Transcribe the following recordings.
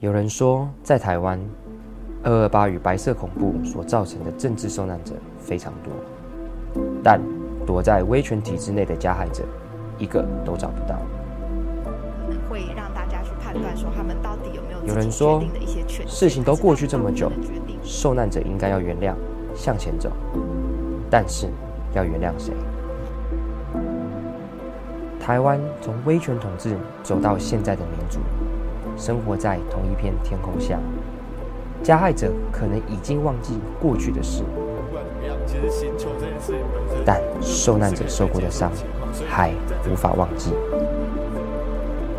有人说，在台湾，二二八与白色恐怖所造成的政治受难者非常多，但躲在威权体制内的加害者，一个都找不到。可能会让大家去判断说他们到底有没有有自己人决说定的一些权利，事情都过去这么久还是他们不能决定受难者应该要原谅，向前走。但是，要原谅谁？台湾从威权统治走到现在的民主，生活在同一片天空下，加害者可能已经忘记过去的事，不管怎么样，其实刑求这件事情本身，但受难者受过的伤还无法忘记。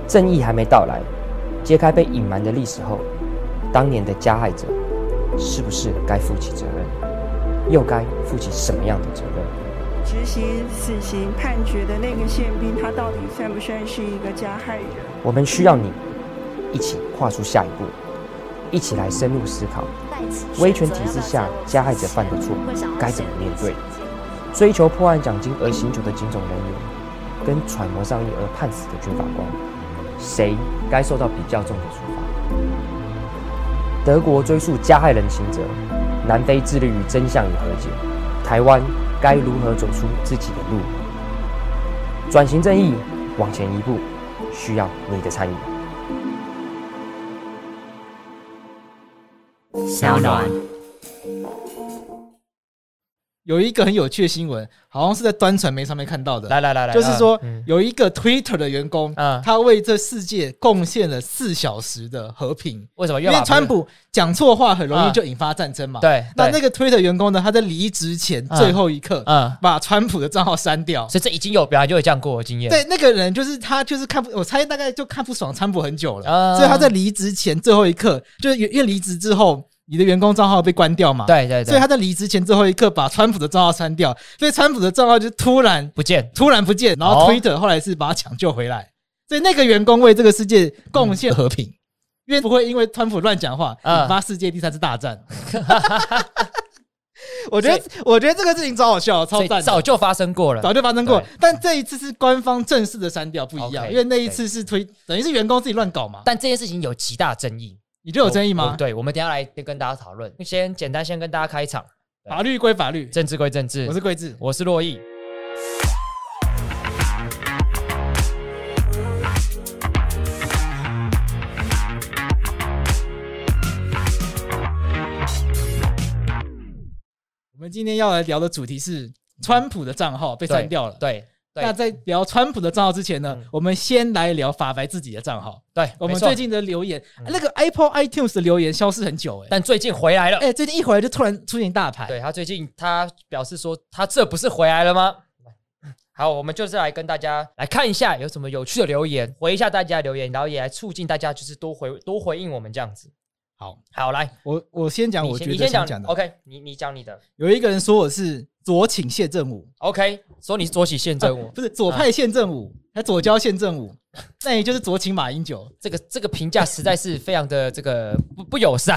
正义还没到来，揭开被隐瞒的历史后，当年的加害者是不是该负起责任？又该负起什么样的责任？执行死刑判决的那个宪兵，他到底算不算是一个加害人？我们需要你一起跨出下一步，一起来深入思考，威权体制下，加害者犯的错该怎么面对？追求破案奖金而行酒的警种人员，跟揣摩上意而判死的军法官，谁该受到比较重的处罚？德国追溯加害人刑责，南非致力于真相与和解，台湾该如何走出自己的路？转型正义，往前一步，需要你的参与。小暖。有一个很有趣的新闻，好像是在端传媒上面看到的，来来来来，就是说嗯有一个 Twitter 的员工，嗯他为这世界贡献了四小时的和平。为什么因越为哦把川普讲错话很容易嗯就引发战争嘛。对那那对个 Twitter 员工呢，他在离职前嗯最后一刻嗯，把川普的账号删掉。所以这已经有本来就有这样过的经验，对，那个人就是他，就是看不，我猜大概就看不爽川普很久了，啊所以他在离职前最后一刻，就是因为离职之后，你的员工账号被关掉嘛，，对对所以对他，在离职前最后一刻把川普的账号删掉，所以川普的账号就突然不见突然不见，然后哦 Twitter 后来是把他抢救回来，所以那个员工为这个世界贡献和平，因为不会因为川普乱讲话嗯引发世界第三次大 战。我觉得，我觉得这个事情超好笑，超所以赞的，早就发生过了。早就发生过对，但这一次是官方正式的删掉，不一样， OK，因为那一次是推，等于是员工自己乱搞嘛，但这件事情有极大争议，你就有争议我吗？我，对，我们等一下来跟大家讨论。先简单先跟大家开场，法律归法律，政治归政治，我是桂智，我是洛毅。我们今天要来聊的主题是川普的账号被被删掉了，嗯对对那在聊川普的账号之前呢，嗯我们先来聊法白自己的账号。对，我没们错嗯最，近的留言，啊那个 Apple iTunes 的留言消失很久、欸，哎，但最近回来了。哎、最近一回来就突然出现一大排，对他最近他表示说，他这不是回来了吗？ 好，我们就是来跟大家来看一下有什么有趣的留言，回一下大家的留言，然后也来促进大家就是多回多回应我们这样子。好，好，来，我我先讲，你我先觉你得先想讲讲的 o k 你你讲你的有一个人说我是左倾宪政武， ，OK，说你是左起宪政嗯我、啊 不是左派宪政武，还左交宪政武，那也就是左倾马英 九。这个这个评价实在是非常的这个不不 友善，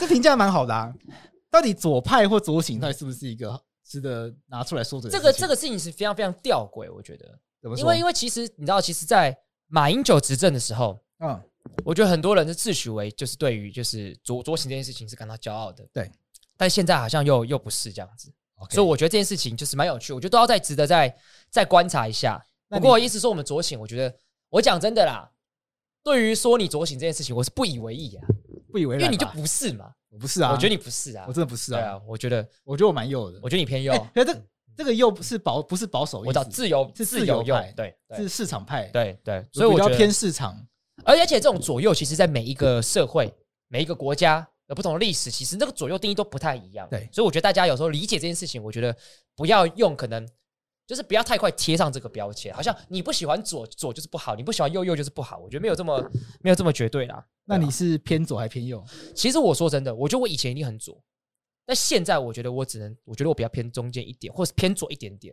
这评价蛮好的啊。到底左派或左倾到底是不是一个值得拿出来说嘴的这事情？个这个事情是非常非常吊诡，我觉得，怎么因说？为因为其实你知道，其实，在马英九执政的时候，嗯，我觉得很多人是自诩为就是对于就是酌酌情这件事情是感到骄傲的，对。但现在好像又又不是这样子 OK 所以我觉得这件事情就是蛮有趣，我觉得都要再值得再再观察一下。那不你过意思说我们酌情，我觉得我讲真的啦，对于说你酌情这件事情，我是不以为意啊，不以为然因为吧，你就不是嘛。我不是啊，我觉得你不是啊，我真的不是对啊，啊，我觉得我觉得我蛮右的。我觉得你偏 右，哎，可是这这个右不是保不是保守意我思，找自由是自自由由右派，，对对是市场派，，对对，所所以以我我觉比得较偏市场。而而且这种左右，其实在每一个社会、每一个国家有不同的历史，其实那个左右定义都不太一样。对所以我觉得大家有时候理解这件事情，我觉得不要用可能就是不要太快贴上这个标签，好像你不喜欢左左就是不好，你不喜欢右右就是不好。我觉得没有这么没有这么绝对啊啦。那你是偏左还偏右？其实我说真的，我觉得我以前一定很左，但现在我觉得我只能，我觉得我比较偏中间一点，或是偏左一点点。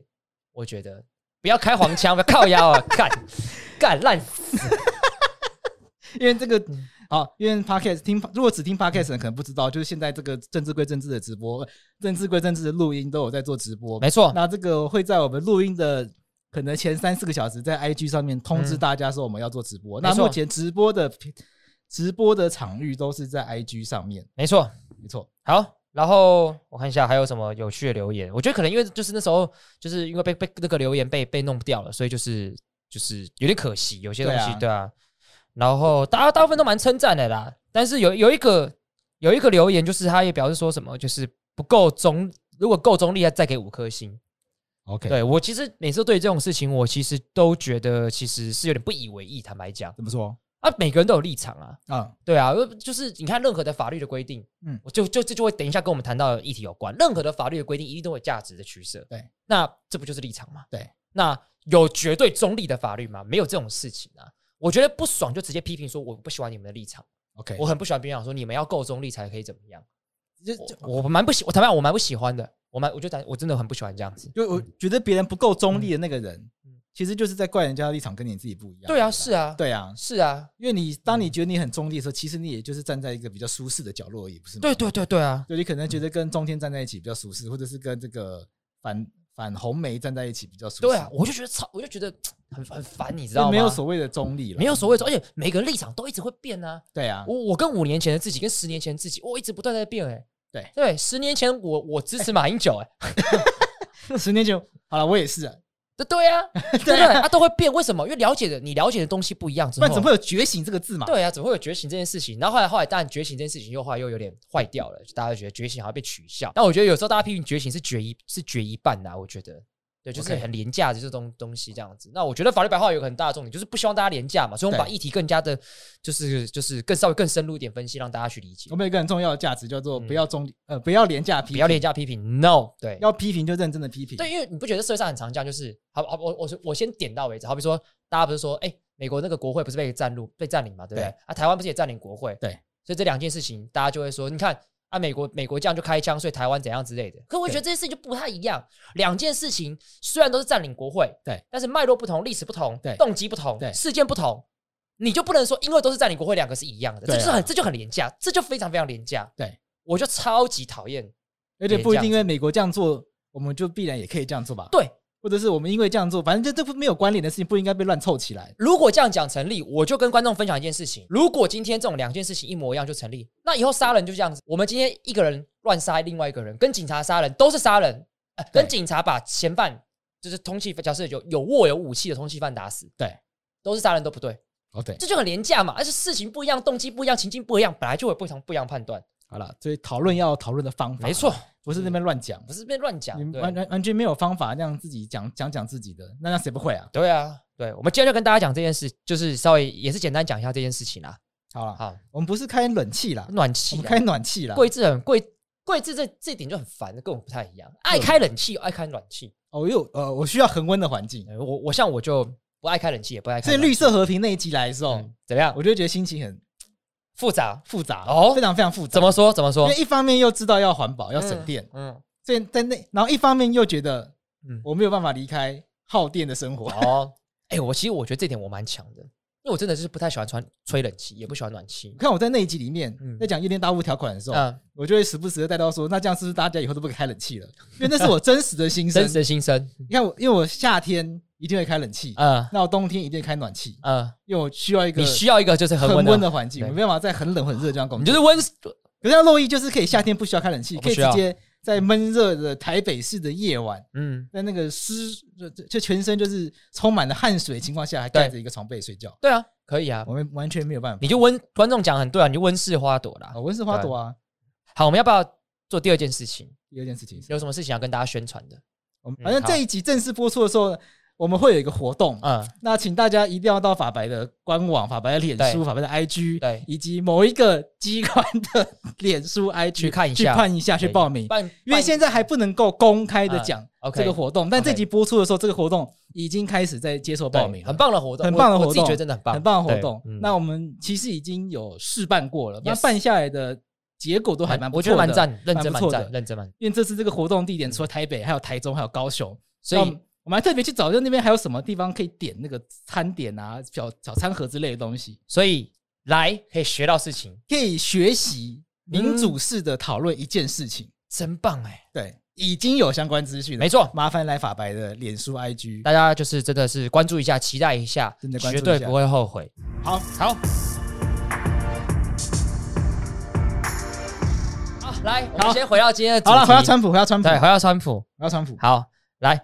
我觉得不要开黄腔，不要靠腰啊， 干干烂死因为这个嗯好，因为 podcast 听，如果只听 podcast 的人可能不知道，就是现在这个政治归政治的直播，呃政治归政治的录音都有在做直播。没错，那这个会在我们录音的可能前三四个小时，在 IG 上面通知嗯大家说我们要做直播。没那错目前直播的直播的场域都是在 IG 上面，没错。没错。好，然后我看一下还有什么有趣的留言。我觉得可能因为就是那时候就是因为被被那个留言被被弄掉了，所以就是就是有点可惜，有些东西对对啊啊。然后大家大部分都蛮称赞的啦，但是有有一个有一个留言就是他也表示说什么就是不够中，如果够中立，再给五颗星。 OK，对我其实每次对于这种事情，我其实都觉得其实是有点不以为意。坦白讲，怎么说啊，每个人都有立场啊，啊？对啊，呃就是你看任何的法律的规定，嗯嗯，我就就这就会等一下跟我们谈到的议题有关。任何的法律的规定一定都有价值的取舍，对，那这不就是立场吗？对，那有绝对中立的法律吗？没有这种事情啊。我觉得不爽就直接批评说我不喜欢你们的立场， OK，我很不喜欢别人讲说你们要够中立才可以怎么样。就就我蛮不喜，我坦白讲我蛮不喜欢的，我蛮我就讲我真的很不喜欢这样子。就我觉得别人不够中立的那个人嗯，其实就是在怪人家的立场跟你自己不一样。对啊，吧是啊，，对啊，是啊，因为你当你觉得你很中立的时候，其实你也就是站在一个比较舒适的角落而已，不是吗？对对对对啊，对，你可能觉得跟中天站在一起比较舒适，或者是跟这个反反红梅站在一起比较舒适。对啊，我就觉得超，我就觉得很很烦，你知所以道吗？没有所谓的中立了，没有所谓的，而且每个人立场都一直会变啊。对啊，我我跟五年前的自己，跟十年前的自己，我一直不断在变哎、对对，十年前我我支持马英九哎、 十年前好了，我也是啊，这 对啊，对不对？啊，都会变，为什么？因为了解的你了解的东西不一样之不然后怎么，会有觉醒这个字嘛？对啊，怎么会有觉醒这件事情？然后后来后来，当然觉醒这件事情又后来又有点坏掉了，就大家就觉得觉醒好像被取笑。但我觉得有时候大家批评觉醒是绝一是绝一半呐、我觉得。对，就是 OK 很廉价的这种东西这样子。那我觉得法律白话有个很大的重点，就是不希望大家廉价嘛，所以我们把对议题更加的，就是就是更稍微更深入一点分析，让大家去理解我。们有一个很重要的价值叫做嗯不要中立，呃，不要廉价批评，不要廉价批评，no，对，要批评就认真的批评。对，因为你不觉得社会上很常这样，就是好好我我我先点到为止。好比说，大家不是说，哎、美国那个国会不是被占入被占领嘛，对不对？对啊，台湾不是也占领国会？对，所以这两件事情，大家就会说，你看啊，美国美国这样就开枪，所以台湾怎样之类的。可我觉得这件事情就不太一样，两件事情虽然都是占领国会，对，但是脉络不同，历史不同，对动机不同，对事件不同。你就不能说，因为都是占领国会，两个是一样的，这对就是啊很，这就很廉价，这就非常非常廉价。对，我就超级讨厌。而且不一这样定因子为美国这样做，我们就必然也可以这样做吧？，对，或者是我们因为这样做，反正这这不没有关联的事情不应该被乱凑起来。如果这样讲成立，我就跟观众分享一件事情：如果今天这种两件事情一模一样就成立，那以后杀人就这样子。我们今天一个人乱杀另外一个人，跟警察杀人都是杀人，呃对跟警察把嫌犯就是通缉，假设有有握有武器的通缉犯打死，对，都是杀人都不对，哦对，这就很廉价嘛。而且事情不一样，动机不一样，情境不一样，本来就会不同不一样判断。好了，所以讨论要有讨论的方法，没错，不是那边乱讲。不是被乱讲你，对完完完全没有方法让自己讲讲讲自己的，那那谁不会啊？对啊，对。我们今天就跟大家讲这件事，就是稍微也是简单讲一下这件事情啦。好了，好，我们不是开冷气啦，暖我气们啦开暖气啦。贵字很贵，贵字这这点就很烦，跟我不太一样。嗯爱开冷气，爱开暖气。哦，又呃，我需要恒温的环境。呃我我像我就不爱开冷气，也不爱开所以暖气。绿色和平那一集来的时候，嗯怎么样？我就觉得心情很复杂？复杂哦非常非常复杂。怎么？说？怎么因说为？一方面又知道要环保要省电，嗯，所以在那，然后一方面又觉得嗯我没有办法离开耗电的生活。 哦，哎，我其实我觉得这点我蛮强的，因为我真的就是不太喜欢穿吹冷气，也不喜欢暖气你。看我在那一集里面嗯在讲夜间大雾条款的时候，嗯，我就会时不时的带到说，那这样是不是大家以后都不开冷气了？因为那是我真实的心声 真实。的心声。你看我，因为我夏天一定会开冷气，嗯那我冬天一定会开暖气，嗯，因为我需要一个你需要一个就是恒恒温温的，的环境，对我没办法在很冷很热的地方工你作。就是温。可是像洛伊就是可以夏天不需要开冷气，我可不以需直要接在闷热的台北市的夜晚，嗯，在那个湿就就全身就是充满了汗水的情况下，还盖着一个床被睡觉，对啊，可以啊我。们完全没有办法。你就温观众讲很对啊，你就温室花朵啦啊，。温室花朵啊，好，我们要不要做第二件事情？有一件事情是，有什么事情要跟大家宣传的？我们嗯反正这一集正式播出的时候，我们会有一个活动，嗯，那请大家一定要到法白的官网、法白的脸书、对法白的 IG，对以及某一个机关的脸书 IG 去看一下去看一下，去报名。办，因为现在还不能够公开的讲嗯，OK，这个活动，但 OK 这集播出的时候，这个活动已经开始在接受对报名了，很棒的活动，很棒的我活动，我自己觉得真的很棒，很棒的活动对嗯。那我们其实已经有试办过了，那 Yes 办下来的结果都还蛮不我觉错得的，蛮赞，认真蛮蛮不错赞，的。认真蛮，因为这次这个活动地点除了台北，还有台中，还有高雄，所那以我们还特别去找，就那边还有什么地方可以点那个餐点啊、小小餐盒之类的东西，所以来可以学到事情，可以学习民主式的讨论一件事情。真棒哎！对，已经有相关资讯了，没错麻烦来法白的脸书 IG。大家就是真的是关注一下，期待一下，真的关注绝一下对不会后悔。好，好，好，来，我们好先回到今天的主好了，题回到川普，回到川普，对，回回到川普。到川普。好，来，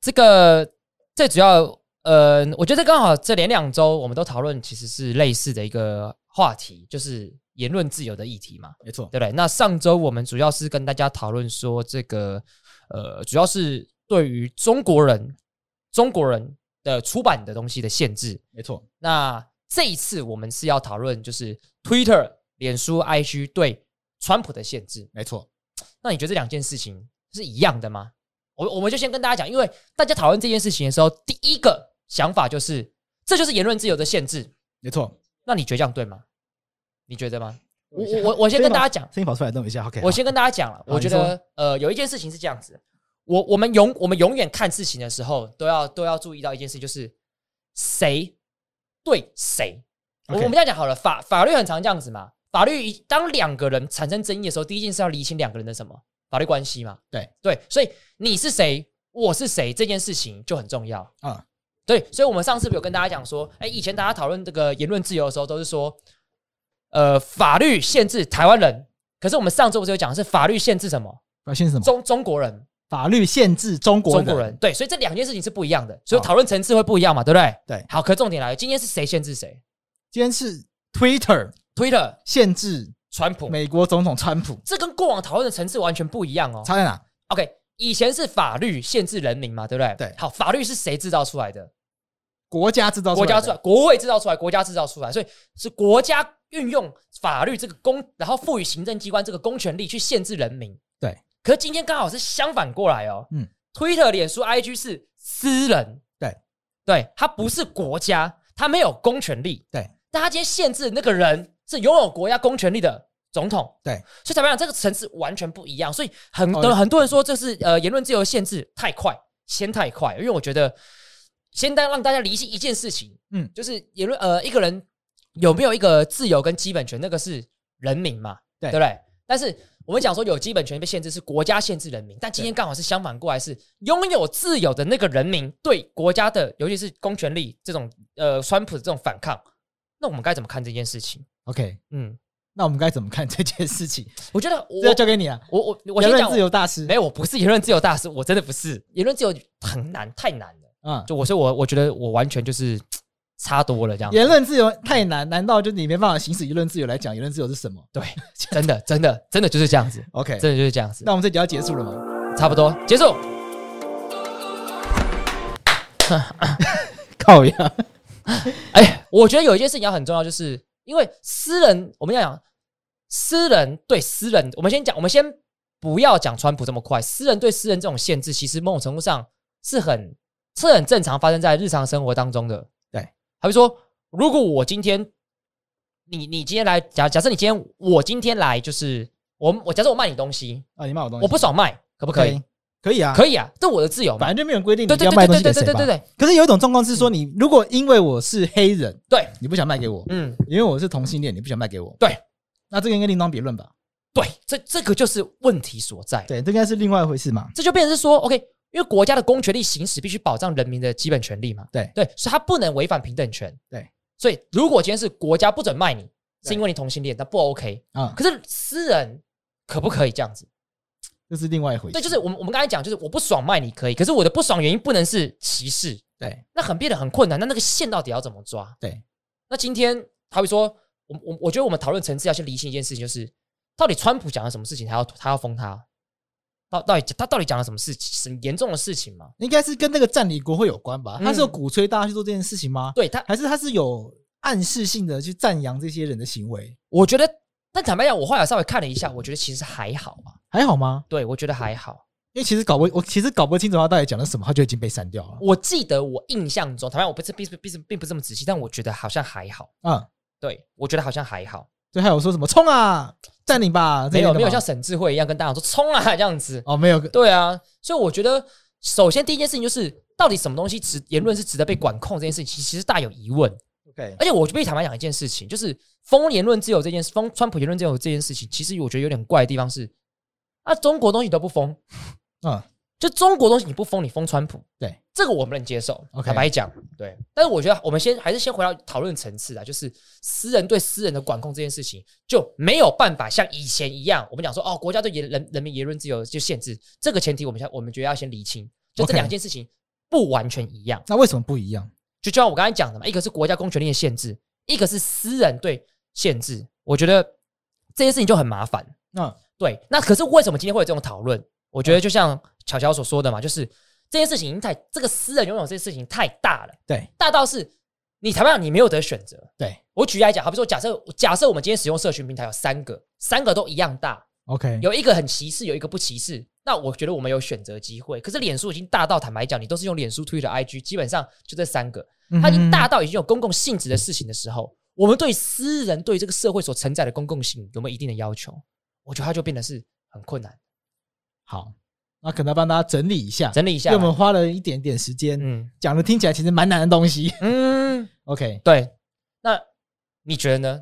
这个最主要，呃，我觉得刚好这连两周我们都讨论其实是类似的一个话题，就是言论自由的议题嘛，没错，对不对？那上周我们主要是跟大家讨论说，这个呃，主要是对于中国人中国人的出版的东西的限制。没错，那这一次我们是要讨论就是 Twitter、脸书、IG 对川普的限制。没错。那你觉得这两件事情是一样的吗？我我们就先跟大家讲，因为大家讨论这件事情的时候，第一个想法就是这就是言论自由的限制。没错，那你觉得这样对吗？你觉得吗？我我我我先跟大家讲，声音跑出来，等我一下，OK 好。我先跟大家讲了，好我觉得呃有一件事情是这样子，我我们永我们永远看事情的时候，都要都要注意到一件事，就是谁对谁。我 OK 我们这样讲好了，法法律很常这样子嘛，法律一当两个人产生争议的时候，第一件事要厘清两个人的什么法律关系嘛。对对，所以你是谁，我是谁这件事情就很重要。啊，对，所以我们上次有跟大家讲说，哎，以前大家讨论这个言论自由的时候，都是说，呃，法律限制台湾人，可是我们上周不是有讲是法律限制什么表现什么？中中国人，法律限制中嗯国中人，国人对，所以这两件事情是不一样的，所以讨论层次会不一样嘛，对不对？对好，可重点来了，今天是谁限制谁今天是 Twitter ？Twitter 限制川普，美国总统川普，这跟过往讨论的层次完全不一样哦。差在哪？ OK，以前是法律限制人民嘛，对不对？对好，法律是谁制造出来的？国家制造出国来的，家制造，国会制造出来，国家制造出来，所以是国家运用法律这个公，然后赋予行政机关这个公权力去限制人民。对，可是今天刚好是相反过来哦。嗯，Twitter、脸书、IG 是私人，对，对，它不是国家，它没有公权力，对，但它今天限制那个人是拥有国家公权力的总统，对，所以坦白讲，这个层次完全不一样，所以很哦多、很多人说这是呃言论自由限制太快，先太快，因为我觉得先当让大家理清一件事情，嗯就是言论呃一个人有没有一个自由跟基本权，那个是人民嘛，对对不对？但是我们讲说有基本权被限制是国家限制人民，但今天刚好是相反过来，是拥有自由的那个人民对国家的，尤其是公权力这种呃川普的这种反抗，那我们该怎么看这件事情？ OK，嗯，那我们该怎么看这件事情？我觉 得我这要交给你了。我我我言先论讲自由大师没，有，我不是言论自由大师，我真的不是言论自由很难，太难了。嗯，就我，所以我我觉得我完全就是差多了这样子。言论自由太难，难道就你没办法行使言论自由来讲言论自由是什么对，真的真的真的就是这样子， ？OK，真的就是这样 子那。我们这集要结束了 吗？差不多结束。靠呀，哎，我觉得有一件事情要很重要，就是因为私人，我们要讲私人对私人，我们先讲，我们先不要讲川普这么快，私人对私人这种限制，其实某种程度上是很是很正常发生在日常生活当中的。对，好比说，如果我今天你你今天来假假设你今天我今天来就是我我假设我卖你东西， 啊，你骂我东西，我不爽卖，可不可以？，可以啊，可以啊，这我的自由嘛反。正就没有人规定你对一定对要对卖东对西给对谁对吧对对对可是有一种状况是说，你如果因为我是黑人，对，你不想卖给我，嗯，因为我是同性恋，你不想卖给我，对，那这个应该另当别论吧？对，这这个就是问题所在。对，这应该是另外一回事嘛。这就变成是说，OK，因为国家的公权力行使必须保障人民的基本权利嘛，对对，所以它不能违反平等权，对，所以如果今天是国家不准卖你，是因为你同性恋，那不 OK，啊，可是私人可不可以这样子？这是另外一回事。对，就是我们我们刚才讲，就是我不爽卖你可以，可是我的不爽原因不能是歧视，对那很变得很困难，那那个线到底要怎么抓？对，那今天好比说，我我我觉得我们讨论层次要去厘清一件事情，就是到底川普讲了什么事情，他要他要封他，到到底他到底讲了什么事情，很严重的事情吗？应该是跟那个占领国会有关吧？嗯他是有鼓吹大家去做这件事情吗？对他，还是他是有暗示性的去赞扬这些人的行为？我觉得，但坦白讲，我后来稍微看了一下，我觉得其实还好啊。还好吗？对，我觉得还好。因为其实搞不我其实搞不清楚他到底讲了什么，他就已经被删掉了。我记得我印象中，坦白讲我不是并不并不并不是这么仔细，但我觉得好像还好。嗯，对，我觉得好像还好，对，还有说什么冲啊，占领吧，没有没有像像沈智慧一样跟大家说冲啊这样子。哦没有对啊，所以我觉得，首先第一件事情就是，到底什么东西值言论是值得被管控这件事情，其实其实大有疑问。 ，OK，而且我必须坦白讲一件事情，就是封言论自由这件事，封川普言论自由这件事情，其实我觉得有点怪的地方是，啊，中国东西都不封，嗯，就中国东西你不封，你封川普，对，这个我们能接受 OK 坦白讲，对。但是我觉得我们先还是先回到讨论层次啊，就是私人对私人的管控这件事情就没有办法像以前一样，我们讲说哦，国家对言人人民言论自由就限制，这个前提我们先我们觉得要先厘清，就这 OK 两件事情不完全一样。那为什么不一样？就就像我刚才讲的嘛，一个是国家公权力的限制，一个是私人对限制。我觉得这件事情就很麻烦。嗯对，那可是为什么今天会有这种讨论？我觉得就像巧巧所说的嘛，就是这件事情已经太这个私人拥有这件事情太大了，对大到是你坦白讲你没有得选择。对我举例来讲，好比说假设假设我们今天使用社群平台有三个，三个都一样大， ，OK，有一个很歧视，有一个不歧视。那我觉得我们有选择机会，可是脸书已经大到坦白讲，你都是用脸书、推的 IG，基本上就这三个，嗯它已经大到已经有公共性质的事情的时候，我们对私人对于这个社会所承载的公共性有没有一定的要求？我觉得它就变得是很困难。好，那可能要帮大家整理一下，整理一因下为来，我们花了一点点时间嗯讲的，听起来其实蛮难的东西。嗯， OK，对。那你觉得呢？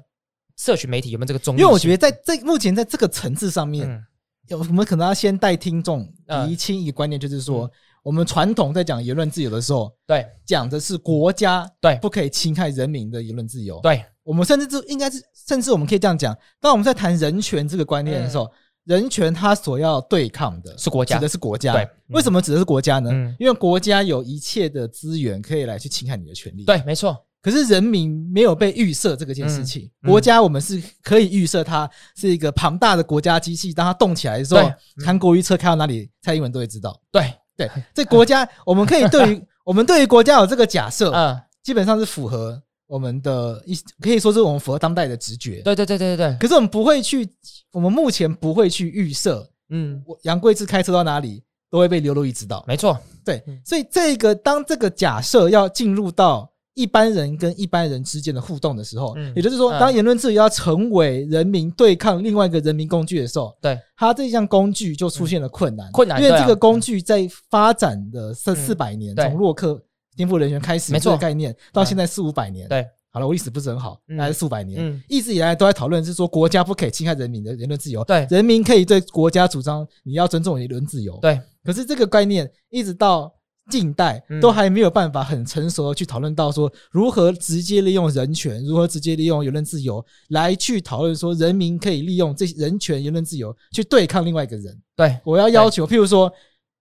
社群媒体有没有这个重因要性？为我觉得在这目前在这个层次上面，嗯有我们可能要先带听众嗯厘清一个观念，就是说，我们传统在讲言论自由的时候，对讲的是国家对不可以侵害人民的言论自由。，对我们甚至就应该是，甚至我们可以这样讲，当我们在谈人权这个观念的时候，人权它所要对抗的嗯是国家指的是国家。对嗯为什么指的是国家呢？嗯因为国家有一切的资源可以来去侵害你的权利。对，没错，可是人民没有被预设这个件事情，嗯嗯国家我们是可以预设它是一个庞大的国家机器，当它动起来的时候对，嗯韩国瑜车开到哪里，蔡英文都会知道。对，对， 这国家我们可以对于 我们对于国家有这个假设，嗯，基本上是符合我们的一，可以说是我们符合当代的直觉。，对对对对对对，可是我们不会去，我们目前不会去预设，嗯，我杨贵志开车到哪里都会被刘如意知道。没错，对嗯，所以这个当这个假设要进入到一般人跟一般人之间的互动的时候，嗯也就是说，嗯当言论自由要成为人民对抗另外一个人民工具的时候，对，它这项工具就出现了困难。困难因为对啊这个工具在发展的三嗯四百年，对从洛克颠覆人权开始，没这错个概念到现在四五百年。对，好了，我历史不是很好，嗯大概是四五百年。嗯，一直以来都在讨论是说国家不可以侵害人民的言论自由，对人民可以对国家主张你要尊重言论自由，对，可是这个概念一直到近代嗯都还没有办法很成熟的去讨论到说如何直接利用人权，如何直接利用言论自由来去讨论说人民可以利用这些人权、言论自由去对抗另外一个人。对，我要要求，譬如说，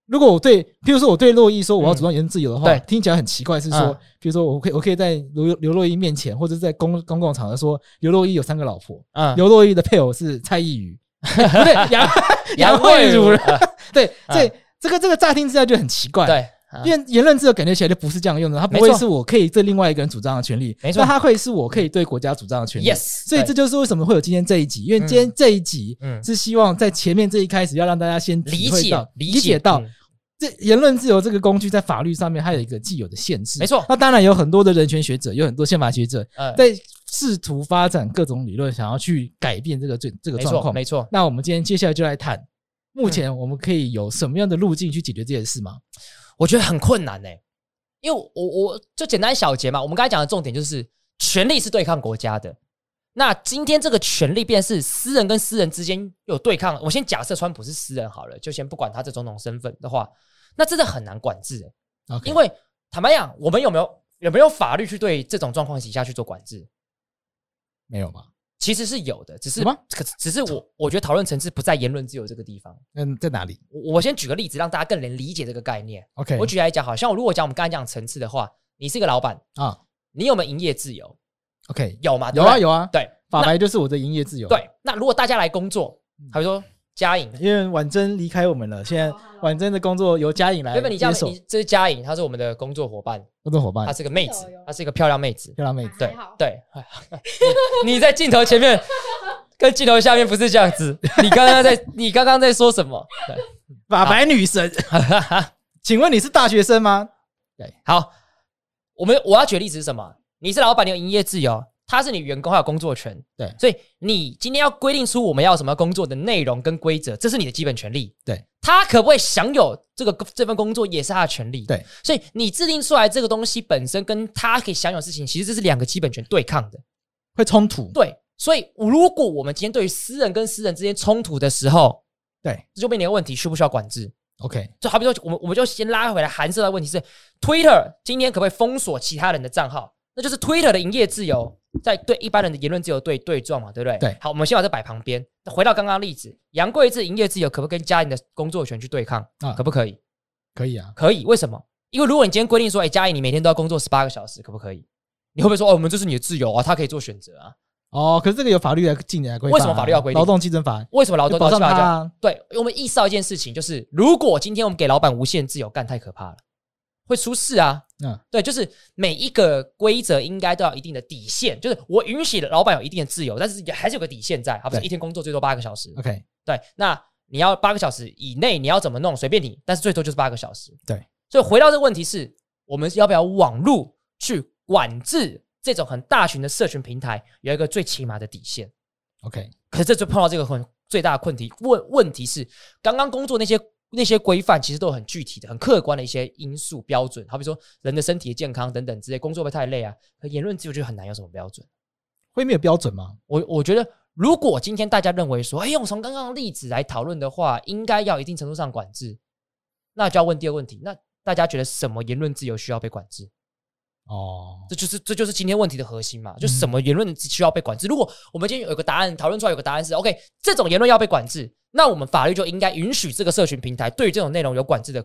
如果我对，譬如说我对洛伊说我要主张言论自由的话，嗯对听起来很奇怪，是说，嗯譬如说我可以我可以在刘刘洛伊面前，或者是在公公共场合说刘洛伊有三个老婆，嗯，刘洛伊的配偶是蔡依瑜，不对，杨杨慧茹啊杨，慧茹对，所以嗯这个这个乍听之下就很奇怪，，对，嗯因为言论自由感觉起来就不是这样用的，它不没会错是我可以对另外一个人主张的权利，没错那它会是我可以对国家主张的权利。 ，yes，所以这对就是为什么会有今天这一集，因为今天这一集嗯是希望在前面这一开始要让大家先体理会解嗯到理解到这言论自由这个工具在法律上面它有一个既有的限制，没错那当然有很多的人权学者，有很多宪法学者嗯，在试图发展各种理论，想要去改变这个这这个没状错，况。没嗯错。那我们今天接下来就来谈，目前我们可以有什么样的路径去解决这件事吗？我觉得很困难呢、欸因为我我就简单小结嘛，我们刚才讲的重点就是权力是对抗国家的。那今天这个权力便是私人跟私人之间有对抗。我先假设川普是私人好了，就先不管他这总统身份的话，那真的很难管制、欸。 o k 因为坦白讲，我们有没有有没有法律去对这种状况底下去做管制？没有吧？其实是有的，只是什么可只是我我觉得讨论层次不在言论自由这个地方。嗯，在哪里我我先举个例子，让大家更能理解这个概念。 ？OK，我举例来讲，好像我如果讲我们刚才讲层次的话，你是一个老板，啊你有没有营业自由？ ，OK，有嘛？对有不啊对有啊，对，法嗯那白就是我的营业自由。对。那如果大家来工作，他会说嘉颖，因为婉珍离开我们了，现哦在婉珍的工作由嘉颖来原本你嘉接手你，这是嘉颖，她是我们的工作伙伴，工作伙伴她，是个妹子，她是一个漂亮妹子。漂亮妹子，对对，你 你在镜头前面跟镜头下面不是这样子，你刚刚在你刚刚在说什么？对法白女 神。请问你是大学生吗？对，好，我们我要举的例子是什么？你是老板，你有营业自由，他是你员工，还有工作权。对所以你今天要规定出我们要什么工作的内容跟规则，这是你的基本权利。对，他可不可以享有这个这份工作，也是他的权利。对，所以你制定出来这个东西本身跟他可以享有的事情，其实这是两个基本权对抗的。会冲突。对，所以如果我们今天对于私人跟私人之间冲突的时候，对这就变成一个问题，需不需要管制？ ，OK，就好比说，我们我们就先拉回来，韩式的问题是，Twitter 今天可不可以封锁其他人的账号？那就是 Twitter 的营业自由在对一般人的言论自由对对撞嘛，对不对？对好，我们先把这摆旁边，回到刚刚的例子，杨贵志营业自由可不可以跟嘉颖的工作权去对抗？啊可不可以？可以啊。可以，为什么？因为如果你今天规定说，哎、嘉颖你每天都要工作十八个小时，可不可以？你会不会说，哦，我们这是你的自由啊，他可以做选择啊？哦，可是这个有法律来进来规范啊为什么法律要规定劳动基准法为什么劳动就保障基本法他讲啊对，我们意识到一件事情，就是如果今天我们给老板无限自由，干太可怕了，会出事嗯啊。嗯，对，就是每一个规则应该都要有一定的底线，就是我允许老板有一定的自由，但是也还是有个底线在，好比说对一天工作最多八个小时。 ？OK，对，那你要八个小时以内，你要怎么弄随便你，但是最多就是八个小时。对，所以回到这个问题是，我们要不要网路去管制这种很大群的社群平台，有一个最起码的底线。 OK，可是这就碰到这个很最大的困题。问问题是，刚刚工作那些那些规范，其实都有很具体的、很客观的一些因素标准，好比说人的身体的健康等等之类，工作会不会太累啊？可言论自由就很难有什么标准。会没有标准吗？我我觉得，如果今天大家认为说，哎，用从刚刚的例子来讨论的话，应该要一定程度上管制，那就要问第二个问题，那大家觉得什么言论自由需要被管制？哦，这就是这就是今天问题的核心嘛，就什么言论需要被管制？如果我们今天有个答案讨论出来，有个答案是 OK，这种言论要被管制，那我们法律就应该允许这个社群平台对于这种内容有管制的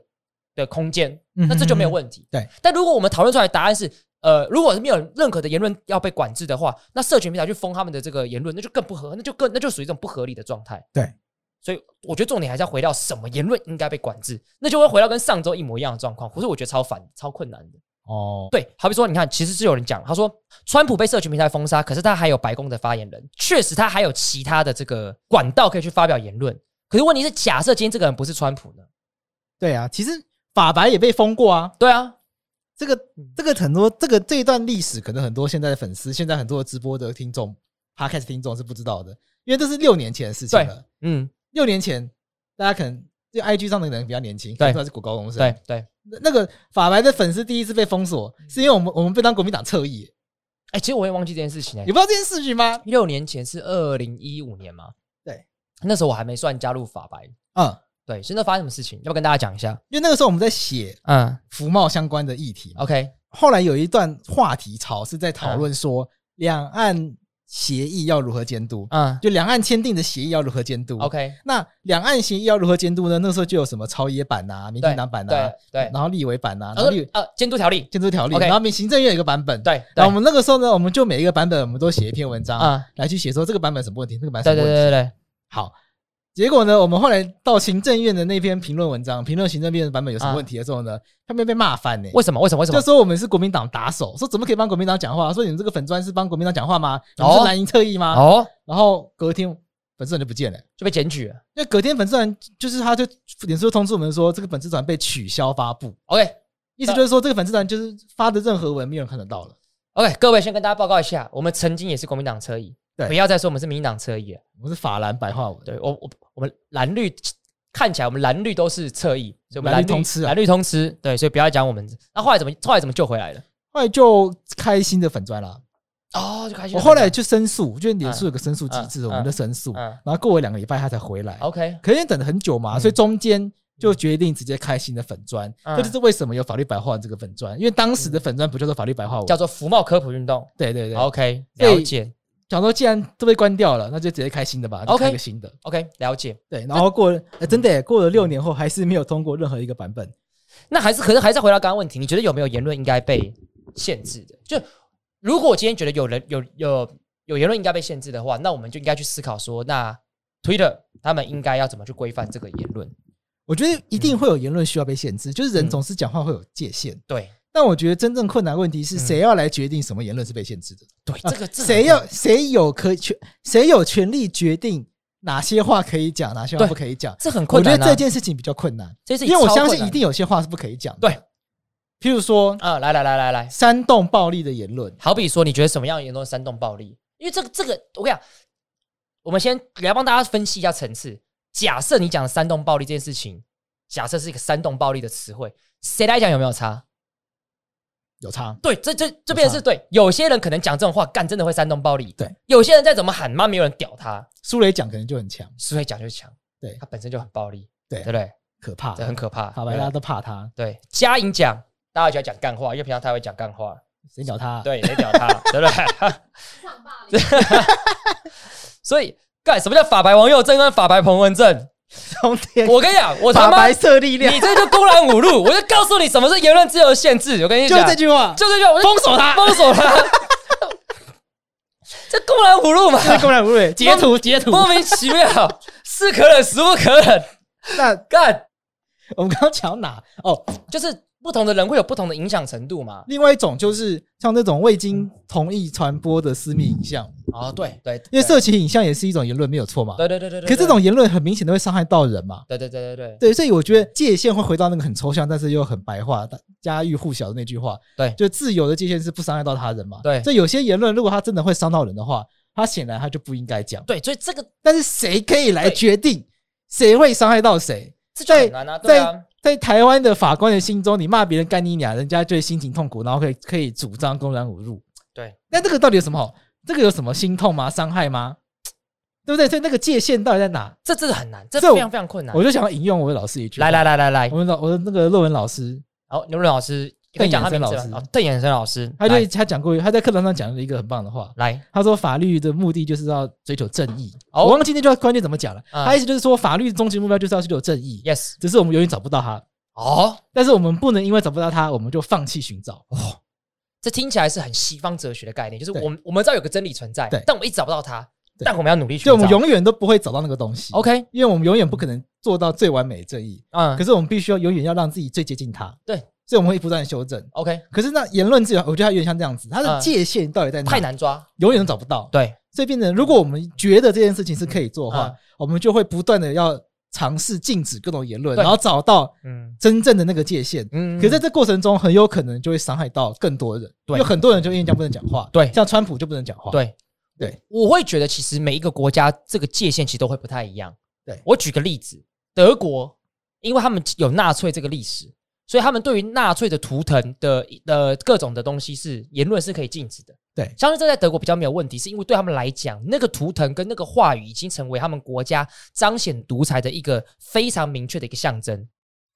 的空间，嗯哼那这就没有问题。对，但如果我们讨论出来的答案是呃，如果是没有任何的言论要被管制的话，那社群平台去封他们的这个言论，那就更不合，那就更那就属于一种不合理的状态。对，所以我觉得重点还是要回到什么言论应该被管制，那就会回到跟上周一模一样的状况，可是我觉得超烦、超困难的。哦，对，好比说，你看，其实是有人讲，他说川普被社群平台封杀，可是他还有白宫的发言人，确实他还有其他的这个管道可以去发表言论。可是问题是，假设今天这个人不是川普呢？对啊，其实法白也被封过啊。对啊，这个嗯这个很多这个这一段历史，可能很多现在的粉丝，现在很多的直播的听众、podcast 听众是不知道的，因为这是六年前的事情对了。，嗯，六年前，大家可能就 IG 上的人比较年轻，对看出来是国高中生。对嗯对，那，那个法白的粉丝第一次被封锁，是因为我们我们被当国民党侧翼，哎，其实我也忘记这件事情哎、你不知道这件事情吗？六年前是二零一五年嘛？对，那时候我还没算加入法白。嗯，对，现在发生什么事情？要不要跟大家讲一下？因为那个时候我们在写嗯服贸相关的议题嘛。 ，OK，后来有一段话题潮是在讨嗯论说两岸协议要如何监督，嗯就两岸签订的协议要如何监督。 ，OK，那两岸协议要如何监督呢？那时候就有什么朝野版啊、民进党版啊对，对然后立委版啊，然然后后立委呃，监督条例，监督条例， OK 然后民行政院有一个版本。。对，然后我对们那个时候呢，我们就每一个版本我们都写一篇文章啊来去写说这个版本什么问题，那个版本对什对么问题。对对对，好，结果呢，我们后来到行政院的那篇评论文章，评论行政院的版本有什啊么问题的时候呢，他们被骂翻呢、为什么？为什么？为什么就？说我们是国民党打手，说怎么可以帮国民党讲话？说你们这个粉砖是帮国民党讲话吗？你们是哦蓝营特意吗？哦，然后隔天粉丝团就不见了，就被检举了。因为隔天粉丝团就是他就脸书通知我们说这个粉丝团被取消发布， OK，意思就是说这个粉丝团就是发的任何文没有人看得到了。 OK，各位先跟大家报告一下，我们曾经也是国民党车翼，对不要再说我们是民进党车翼了。我们是法兰白话文，对我我我们蓝绿看起来我们蓝绿都是侧翼，所以我们蓝蓝绿绿通吃啊蓝绿通吃。对，所以不要讲我们。那后来怎么后来怎么救回来了？后来就开新的粉砖啦。哦，就开心我了。后来就申诉，就是脸书有个申诉机嗯制，嗯我们就申诉，嗯然后过了两个礼拜他才回来。 OK，可是因为等了很久嘛，嗯所以中间就决定直接开新的粉砖。嗯这就是为什么有法律白话文这个粉砖，因为当时的粉砖不叫做法律白话文，叫做福茂科普运动。对对对。 OK，所以了解。想说既然都被关掉了，那就直接开新的吧，就 OK 开一个新的。 OK，了解。对，然后过了，呃真嗯的耶过了六年后，还是没有通过任何一个版本。那还是可是还是回到刚刚问题，你觉得有没有言论应该被限制的？就如果我今天觉得有人有有有言论应该被限制的话，那我们就应该去思考说，那 Twitter 他们应该要怎么去规范这个言论？我觉得一定会有言论需要被限嗯制，就是人总是讲话会有界限。对但我觉得真正困难问题是谁要来决定什么言论是被限制的？对，啊嗯这个这 个谁要谁有可权谁有权利决定哪些话可以讲，哪些话对不可以讲？这很我困觉难啊、得这件事情比较困难，这件事因情为我超相困信难一定有些话是不可以讲的。对譬如说啊，来来来来来，煽动暴力的言论，好比说，你觉得什么样的言论煽动暴力？因为这个这个，我跟你讲，我们先来帮大家分析一下层次。假设你讲煽动暴力这件事情，假设是一个煽动暴力的词汇，谁来讲有没有差？有差。对，这这这边是对，有些人可能讲这种话，干真的会煽动暴力。对，有些人再怎么喊，妈没有人屌他，苏雷讲可能就很强，是会讲就强，对他本身就很暴力，对对不对？可怕，这很可怕。好吧，对大家都怕他，对嘉颖讲，大家就要讲干话，因为平常他会讲干话。谁鸟他？，啊对，得屌他，对不对？ 所以，干什么叫法白王佑正跟法白彭文正？从天我跟你讲，我他法妈，白你色力量，这就公然侮辱！我就告诉你什么是言论自由的限制。我跟你就讲，这句话，就这句话，我就封锁他，封锁 他。这公然侮辱嘛？这是公然无理。截图截图。莫名其妙，是可忍，孰不可忍？那干，我们刚刚讲到哪？哦，就是不同的人会有不同的影响程度嘛。另外一种就是像这种未经同意传播的私密影像，哦，对对，因为色情影像也是一种言论，没有错嘛。对对对对对，可是这种言论很明显的会伤害到人嘛。对，对对对对对对，所以我觉得界限会回到那个很抽象，但是又很白话、家喻户晓的那句话。对就自由的界限是不伤害到他人嘛。对所以有些言论，如果他真的会伤到人的话，他显然他就不应该讲。对，所以这个但是谁可以来对决定谁会伤害到谁？这就很难啊，对啊。在台湾的法官的心中，你骂别人干你娘，人家就会心情痛苦，然后可以可以主张公然侮辱。对，那这个到底有什么好？这个有什么心痛吗？伤害吗？对不对？所以那个界限到底在哪？这真的很难，这这我非常非常困难我。就想要引用我的老师一句话，来来来来来我，们老我的那个论文老师，好，牛伦老师，可以讲他名字邓衍生吗老师哦邓衍生老师，他来就他讲过，他在课堂上讲了一个很棒的话，来，他说法律的目的就是要追求正义。哦我忘记那句话关键怎么讲了，嗯他意思就是说法律的终极目标就是要追求正义， ，yes，只是我们永远找不到它，哦，但是我们不能因为找不到它，我们就放弃寻找。这听起来是很西方哲学的概念，就是对我们我们知道有个真理存在对，但我们一直找不到它，对但我们要努力去就找我们永远都不会找到那个东西。 OK，因为我们永远不可能做到最完美的正义，嗯，可是我们必须要永远要让自己最接近它。对，所以我们会不断地修正。 OK，可是那言论自由，我觉得它有点像这样子，它的嗯界限到底在哪？太，难抓，永远都找不到。对，所以变成，如果我们觉得这件事情是可以做的话，嗯我们就会不断的要尝试禁止各种言论，对然后找到嗯真正的那个界限。嗯可是在这过程中，很有可能就会伤害到更多人，对有很多人就因为这样不能讲话，对像川普就不能讲话，，对对，我会觉得其实每一个国家这个界限其实都会不太一样。对我举个例子，德国，因为他们有纳粹这个历史，所以他们对于纳粹的图腾的呃各种的东西是言论是可以禁止的。对相信这在德国比较没有问题，是因为对他们来讲，那个图腾跟那个话语已经成为他们国家彰显独裁的一个非常明确的一个象征。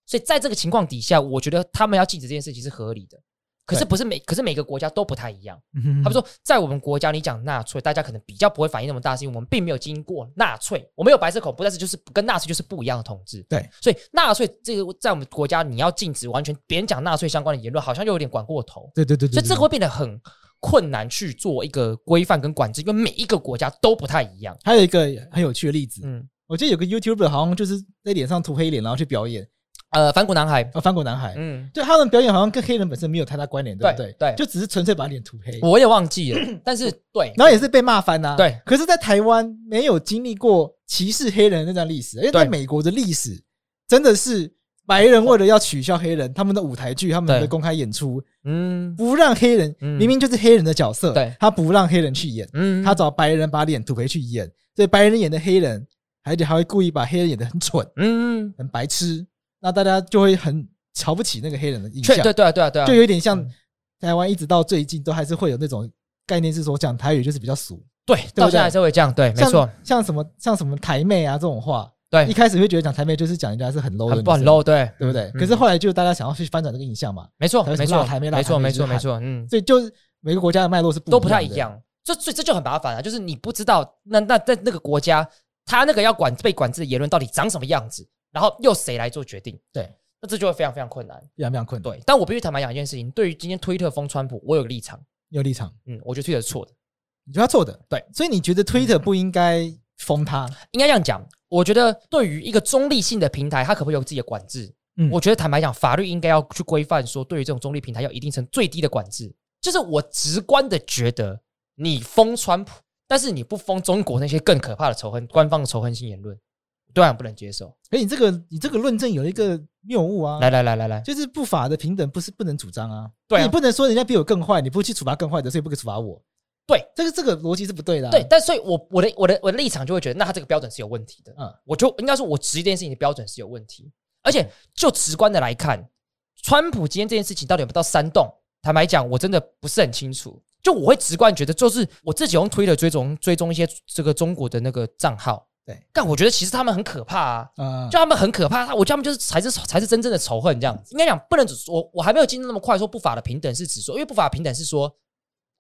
所以在这个情况底下，我觉得他们要禁止这件事情是合理的。可是对不是每可是每个国家都不太一样。嗯他们说，在我们国家，你讲纳粹，大家可能比较不会反应那么大，是因为我们并没有经过纳粹，我们有白色恐怖，但是就是跟纳粹就是不一样的统治。对，所以纳粹这个在我们国家，你要禁止完全别人讲纳粹相关的言论，好像又有点管过头，对对对对，所以这对个会变得很困难去做一个规范跟管制，因为每一个国家都不太一样。还有一个很有趣的例子，嗯，我记得有个 YouTuber 好像就是在脸上涂黑脸，然后去表演，呃，反骨男孩，呃，翻滚男孩。嗯，对他们表演好像跟黑人本身没有太大关联，对不对对？对就只是纯粹把脸涂黑，我也忘 记了，但是对，然后也是被骂翻呐、对可是，在台湾没有经历过歧视黑人的那段历史，因为在对美国的历史真的是白人为了要取笑黑人，他们的舞台剧、他们的对公开演出，嗯不让黑人、嗯明明就是黑人的角色，对他不让黑人去演，嗯，他找白人把脸涂黑去演，所以白人演的黑人，而且还会故意把黑人演的很蠢。嗯，很白痴，那大家就会很瞧不起那个黑人的印确象，对对啊对啊对啊，就有点像台湾一直到最近都还是会有那种概念，是说讲台语就是比较俗，对，到对现在还是会这样，对，没像错，，像什么像什么台妹啊这种话，对一，开始会觉得讲台妹就是讲人家是很 low 的很女不生，很 low，对，对不对？嗯可是后来就大家想要去翻转这个印象嘛，没错，还有什没么错，辣台妹辣没错，台妹没就是错，没喊错，嗯，所以就是每个国家的脉络是不都不太的一。样，这这这就很麻烦了，啊就是你不知道那那在那个国家，他那个要管被管制的言论到底长什么样子，然后由谁来做决定，对，那这就会非常非常困难。非常非常困难，对，但我必须坦白讲一件事情，对于今天推特封川普，我有个立场，你有立场，嗯，我觉得推特是错的，你觉得他错的，对，所以你觉得 Twitter 不应该封他。应该这样讲，我觉得对于一个中立性的平台，它可不可以有自己的管制？嗯我觉得坦白讲，法律应该要去规范说，对于这种中立平台要一定程度最低的管制。就是我直观的觉得，你封川普，但是你不封中国那些更可怕的仇恨、官方的仇恨性言论，当然不能接受。哎，你这个你这个论证有一个谬误啊，来来来来来，就是不法的平等不是不能主张啊，对啊你不能说人家比我更坏，你不去处罚更坏的，所以不可以处罚我。对，这个这个逻辑是不对的、啊。对，，但所以我，我的我的我的立场就会觉得，那他这个标准是有问题的。嗯嗯，我就应该说，我质疑这件事情的标准是有问题。而且就直观的来看，川普今天这件事情到底有没有到煽动？坦白讲，我真的不是很清楚。就我会直观觉得，就是我自己用推特追踪追踪一些这个中国的那个账号，对，但我觉得其实他们很可怕啊。嗯，就他们很可怕，他我觉得他们就是才是才是真正的仇恨这样子。应该讲不能只我我还没有进入那么快说不法的平等是指说，因为不法的平等是说，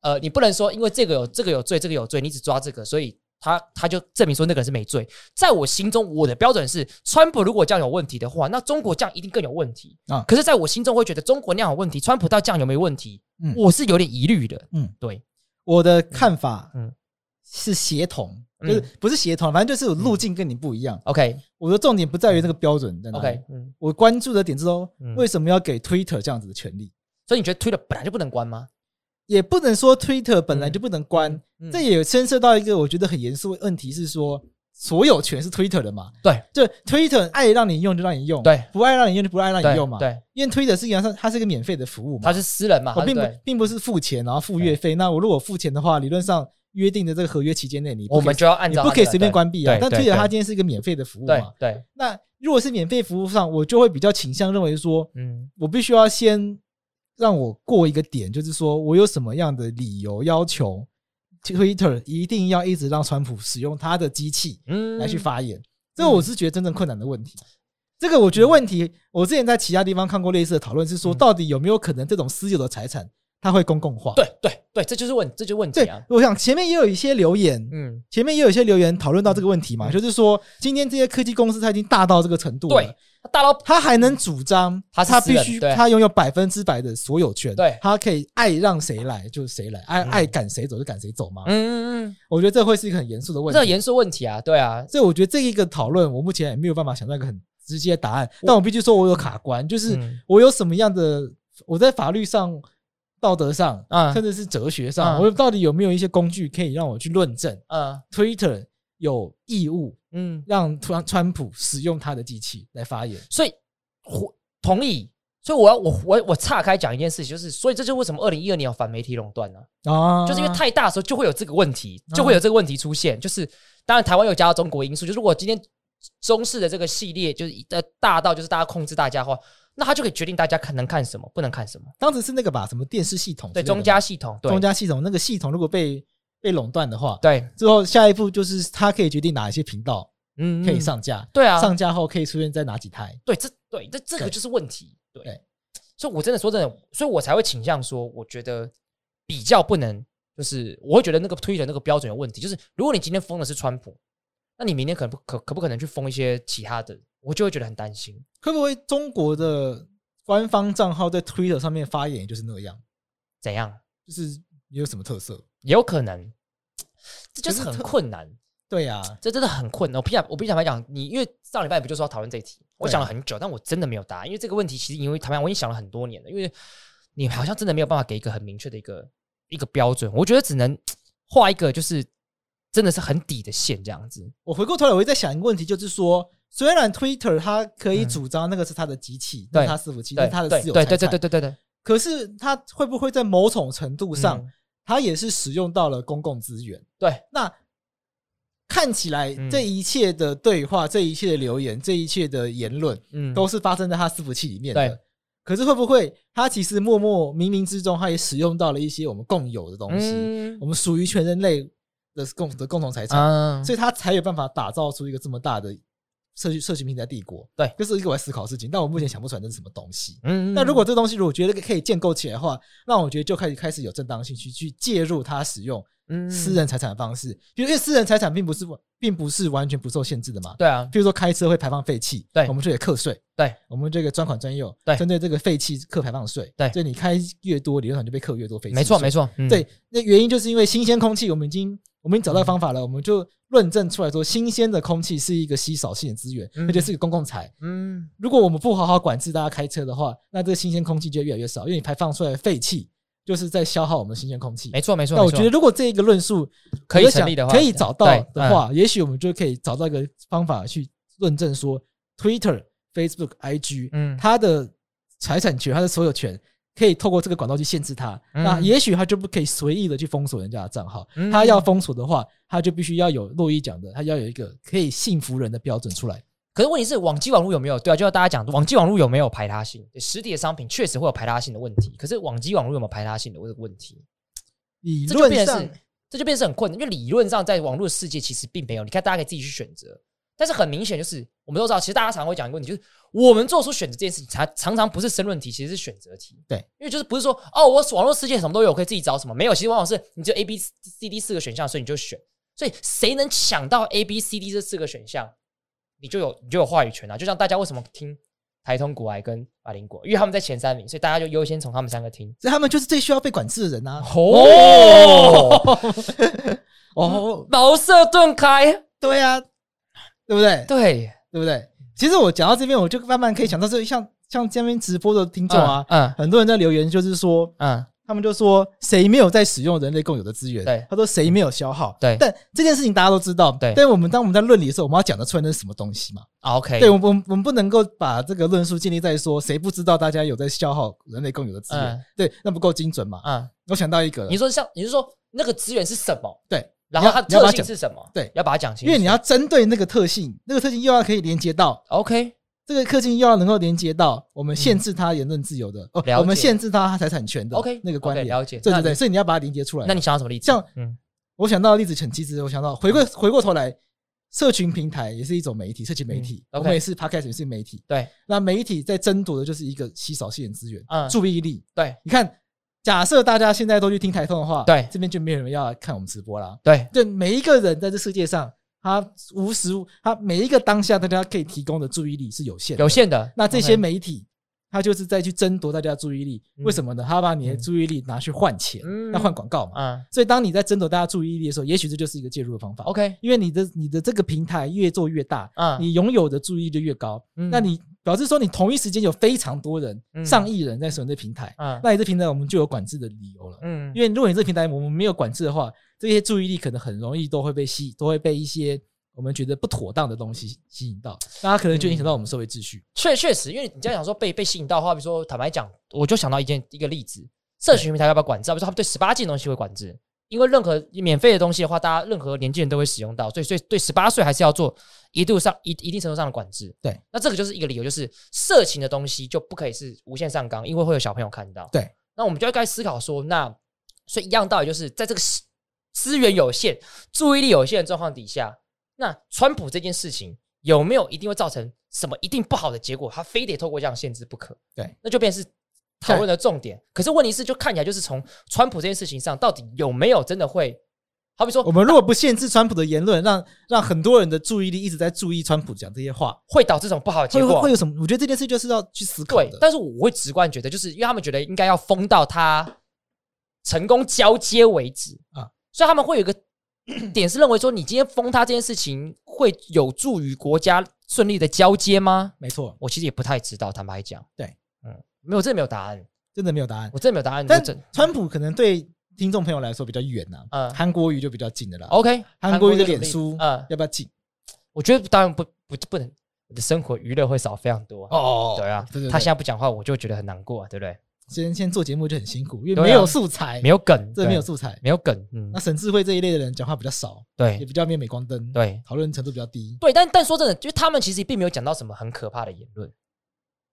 呃，你不能说因为这个有这个有罪，这个有罪，你只抓这个，所以他他就证明说那个人是没罪。在我心中，我的标准是，川普如果这样有问题的话，那中国这样一定更有问题啊可是在我心中会觉得中国那样有问题，川普到这样有没有问题？嗯我是有点疑虑的。嗯嗯，对，我的看法嗯是协同，嗯就是不是协同，反正就是我路径跟你不一样。 ，OK 我的重点不在于那个标准在哪里 OK，嗯，我关注的点是说嗯为什么要给 Twitter 这样子的权利？所以你觉得推的本来就不能关吗？也不能说 Twitter 本来就不能关，嗯这也牵涉到一个我觉得很严肃的问题是说。所有权是 Twitter 的嘛？对，就 Twitter 爱让你用就让你用，对不爱让你用就不爱让你对用嘛。，对，因为 Twitter 是一样，它是一个免费的服务嘛他。是私人嘛，我他是并不对并不是付钱，然后付月费。那我如果付钱的话，理论上约定的这个合约期间内，你不我可以们就要按你照不可以他的随便关闭啊。对但对 Twitter 它对今天是一个免费的服务对嘛。对，那如果是免费服务上，我就会比较倾向认为说，嗯我必须要先让我过一个点，就是说我有什么样的理由要求 Twitter 一定要一直让川普使用他的机器嗯来去发言。这个我是觉得真正困难的问题。这个我觉得问题，我之前在其他地方看过类似的讨论，是说嗯到底有没有可能这种私有的财产它会公共化？对对对，这就是问，这就是问题对啊。，我想前面也有一些留言，嗯，前面也有一些留言讨论到这个问题嘛，嗯就是说今天这些科技公司它已经大到这个程度了，对，大佬，他还能主张他是他私必人须对他拥有百分之百的所有权，对他可以爱让谁来就谁来，爱嗯爱赶谁走就赶谁走嘛。嗯嗯嗯，我觉得这会是一个很严肃的问这很题，严肃问题啊，对啊，所以我觉得这一个讨论，我目前也没有办法想到一个很直接的答案。但我必须说，我有卡关，就是嗯我有什么样的，我在法律上、道德上，嗯甚至是哲学上，嗯我到底有没有一些工具可以让我去论证嗯 Twitter 有义务嗯，让川川普使用他的机器来发言？所以我同意，所以我要我我我岔开讲一件事情，就是所以这就是为什么二零一二年有反媒体垄断呢、啊，就是因为太大的时候就会有这个问题，就会有这个问题出嗯现。就是当然台湾有加到中国因素，就是如果今天中式的这个系列就是呃大到就是大家控制大家的话，那他就可以决定大家看能看什么，不能看什么。当时是那个吧，什么电视系统之类对，的吧？中加系统，对中加系统那个系统如果被被垄断的话，对，之后下一步就是它可以决定哪一些频道嗯可以嗯上架，对啊，上架后可以出现在哪几台。对，这对这这个对就是问题。对，对所以我真的说真的，所以我才会倾向说，我觉得比较不能，就是我会觉得那个推的那个标准有问题。就是如果你今天封的是川普，那你明天可不可可不可能去封一些其他的？我就会觉得很担心。会不会中国的官方账号在 Twitter 上面发言也就是那样，怎样？就是没有什么特色？也有可能，这就可是是很特困难。对呀、这真的很困难。我必然，我必须坦白讲，你因为上礼拜不就说要讨论这一题，我对啊想了很久，但我真的没有答案，因为这个问题其实因为坦白讲，我已经想了很多年了，因为你好像真的没有办法给一个很明确的一个一个标准，我觉得只能画一个就是真的是很底的线这样子。我回过头来，我也在想一个问题，就是说，虽然 Twitter 它可以嗯主张那个是它的机器，那对是它伺服器，那对是它的对私有对财对产，对对对对对，可是它会不会在某种程度上，嗯它也是使用到了公共资源？对，那看起来嗯这一切的对话、这一切的留言、这一切的言论，嗯，都是发生在他伺服器里面的对。可是会不会他其实默默冥冥之中，他也使用到了一些我们共有的东西，嗯我们属于全人类的共的共同财产，啊，所以他才有办法打造出一个这么大的社区社群平台帝国。对这是一个我在思考的事情，但我目前想不出来这是什么东西。嗯那如果这东西如果觉得可以建构起来的话，那我觉得就开始开始有正当性去去介入它使用嗯私人财产的方式，比如因为私人财产并不是并不是完全不受限制的嘛。对啊，比如说开车会排放废气，对我们就得课税，对，我们这个专款专用，对针对这个废气课排放税，对所以你开越多，理论上就被课越多废气。没错没，错，嗯对，，那原因就是因为新鲜空气我们已经我们已经找到方法了，我们就论证出来说，新鲜的空气是一个稀少性的资源，嗯而且是一个公共财。嗯，如果我们不好好管制大家开车的话，那这个新鲜空气就会越来越少，因为你排放出来的废气就是在消耗我们的新鲜空气。没错没错。那我没错觉得，如果这一个论述可以我在想成立的话嗯可以找到对嗯的话，也许我们就可以找到一个方法去论证说，Twitter、Facebook、IG，嗯它的财产权、它的所有权。可以透过这个管道去限制它，嗯那也许它就不可以随意的去封锁人家的账号。嗯它要封锁的话，它就必须要有洛伊讲的，它要有一个可以信服人的标准出来。可是问题是，网际网络有没有？对啊，就像大家讲，网际网络有没有排他性？对实体的商品确实会有排他性的问题，可是网际网络有没有排他性的问问题？理这就论变成上是，这就变成很困难，因为理论上在网络世界其实并没有，你看大家可以自己去选择，但是很明显就是我们都知道，其实大家常会讲一个问题，就是我们做出选择这件事情，常常常不是申论题，其实是选择题。对，因为就是不是说哦，我网络世界什么都有，我可以自己找什么，没有，其实往往是你只有 A、B、C、D 四个选项，所以你就选，所以谁能想到 A、B、C、D 这四个选项，你就有你就有话语权啊。就像大家为什么听台通古癌跟马林果，因为他们在前三名，所以大家就优先从他们三个听。所以他们就是最需要被管制的人啊。哦哦， 茅塞顿开，对啊，对不对？对，对不对？其实我讲到这边，我就慢慢可以想到，这像像这边直播的听众啊，嗯很多人在留言，就是说嗯，他们就说谁没有在使用人类共有的资源？对他说谁没有消耗？对但这件事情大家都知道，对但我们当我们在论理的时候，我们要讲得出来那是什么东西嘛？啊，OK，对，我们我们我们不能够把这个论述建立在说谁不知道大家有在消耗人类共有的资源，嗯对，那不够精准嘛？嗯，我想到一个了，你说像你是说那个资源是什么，对，然后它你要你特要把它性讲是什么，对要把它讲清因楚，为你要针对那个特性，那个特性又要可以连接到 OK，这个特性，又要能够连接到我们限制他言论自由的，哦嗯了解我们限制他财产权的 OK，那个观 OK，点，了解对那对对，你所以你要把它连接出来。那你想要什么例子？像嗯我想到的例子很机智，我想到回过回过头来，社群平台也是一种媒体，社群媒体，嗯我 OK 们也是 podcast 也是媒体，对那媒体在争夺的就是一个稀少性的资源，嗯注意力。对你看，假设大家现在都去听台通的话，对这边就没有人要来看我们直播啦。对，对，每一个人在这世界上，他无时无他每一个当下，大家可以提供的注意力是有限的有。限的，那这些 OK，媒体，他就是在去争夺大家的注意力。嗯为什么呢？他把你的注意力拿去换钱，嗯那换广告嘛。嗯所以，当你在争夺大家注意力的时候，也许这就是一个介入的方法。 ，OK，因为你的你的这个平台越做越大，嗯你拥有的注意力就越高。嗯那你表示说你同一时间有非常多人、嗯上亿人在使用这平台，嗯那你这平台我们就有管制的理由了。嗯因为如果你这平台我们没有管制的话，这些注意力可能很容易都会被吸，都会被一些我们觉得不妥当的东西吸引到，那它可能就影响到我们社会秩序。确确实，因为你这样讲说被被吸引到的话，比如说坦白讲，我就想到一件一个例子，社群平台要不要管制？比如说他们对十八禁的东西会管制，因为任何免费的东西的话，大家任何年纪人都会使用到，所以所以对十八岁还是要做一度上一一定程度上的管制。对，那这个就是一个理由，就是色情的东西就不可以是无限上纲，因为会有小朋友看到。对，那我们就该思考说，那所以一样道理就是在这个时资源有限、注意力有限的状况底下，那川普这件事情有没有一定会造成什么一定不好的结果？他非得透过这样限制不可？对，那就变成是讨论的重点。可是问题是，就看起来就是从川普这件事情上，到底有没有真的会？好比说我，们如果不限制川普的言论，让让很多人的注意力一直在注意川普讲这些话，会导致什么不好的结会果？会会有什么？我觉得这件事就是要去思考对的，。但是我会直观觉得，就是因为他们觉得应该要封到他成功交接为止啊啊，所以他们会有一个 点是认为说，你今天封他这件事情会有助于国家顺利的交接吗？没错，我其实也不太知道，坦白讲，对，嗯，没有，真的没有答案，真的没有答案。我真的没有答案，但我真川普可能对听众朋友来说比较远呐、嗯韩国瑜就比较近的啦。 OK，韩国瑜的有脸例子书嗯，要不要进？我觉得当然不不不能，我的生活娱乐会少非常多，哦对啊对对，对他现在不讲话，我就觉得很难过，啊对不对？先先做节目就很辛苦，因为对啊没有素材，没有梗，这对没有素材。没有梗，嗯那，沈智慧这一类的人讲话比较少，也对比较没有镁光灯，，对讨论程度比较低。对，但但说真的，就是他们其实并没有讲到什么很可怕的言论，